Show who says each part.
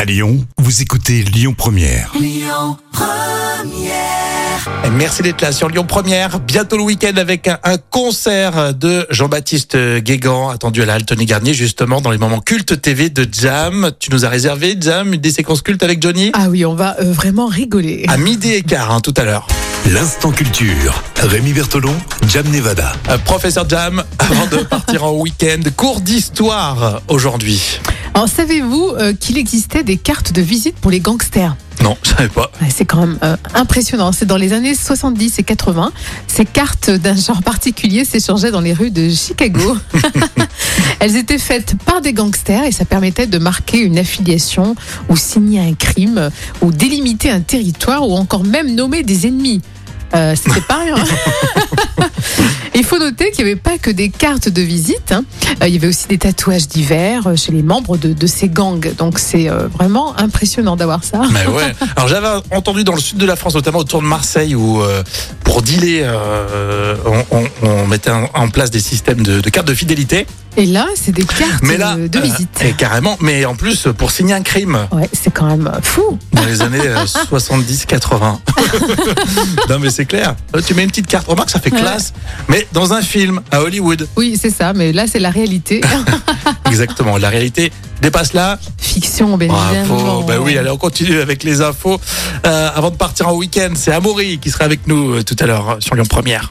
Speaker 1: À Lyon, vous écoutez Lyon Première.
Speaker 2: Et Merci d'être là sur Lyon Première. Bientôt le week-end avec un, un concert de Jean-Baptiste Guégan, attendu à la halle Tony Garnier, justement, dans les moments cultes TV de Jam. Tu nous as réservé, Jam, une des séquences cultes avec Johnny
Speaker 3: Ah oui, on va euh, vraiment rigoler.
Speaker 2: À midi et quart, hein, tout à l'heure.
Speaker 1: L'instant culture. Rémi Bertolon, Jam Nevada.
Speaker 2: Euh, professeur Jam, avant de partir en week-end, cours d'histoire aujourd'hui.
Speaker 3: Alors, savez-vous euh, qu'il existait des cartes de visite pour les gangsters
Speaker 2: Non, je savais pas.
Speaker 3: Ouais, C'est quand même euh, impressionnant. C'est dans les années 70 et 80. Ces cartes d'un genre particulier s'échangeaient dans les rues de Chicago. Elles étaient faites par des gangsters et ça permettait de marquer une affiliation ou signer un crime euh, ou délimiter un territoire ou encore même nommer des ennemis. Euh, C'était pas rien. Il faut noter qu'il n'y avait pas que des cartes de visite. hein. Euh, Il y avait aussi des tatouages divers euh, chez les membres de, de ces gangs. Donc c'est euh, vraiment impressionnant d'avoir ça.
Speaker 2: Mais ouais. Alors j'avais entendu dans le sud de la France, notamment autour de Marseille, où euh, pour dealer, euh, on, on- on mettait en- en place des systèmes de, de cartes de fidélité.
Speaker 3: Et là, c'est des cartes
Speaker 2: Mais là,
Speaker 3: euh, de
Speaker 2: euh,
Speaker 3: visite.
Speaker 2: et carrément. Mais en plus, pour signer un crime
Speaker 3: Ouais, c'est quand même fou.
Speaker 2: dans les années 70-80. non mais c'est clair. Euh, Tu mets une petite carte. Remarque, ça fait
Speaker 3: Ouais.
Speaker 2: classe. Mais dans un film à Hollywood,
Speaker 3: Oui, c'est ça, mais là, c'est la réalité.
Speaker 2: exactement. La réalité dépasse là.
Speaker 3: Fiction, bien évidemment.
Speaker 2: Bravo. Bah oui, allez, on continue avec les infos. Euh, avant de partir en week-end, c'est Amaury qui sera avec nous euh, tout à l'heure euh, sur Lyon Première.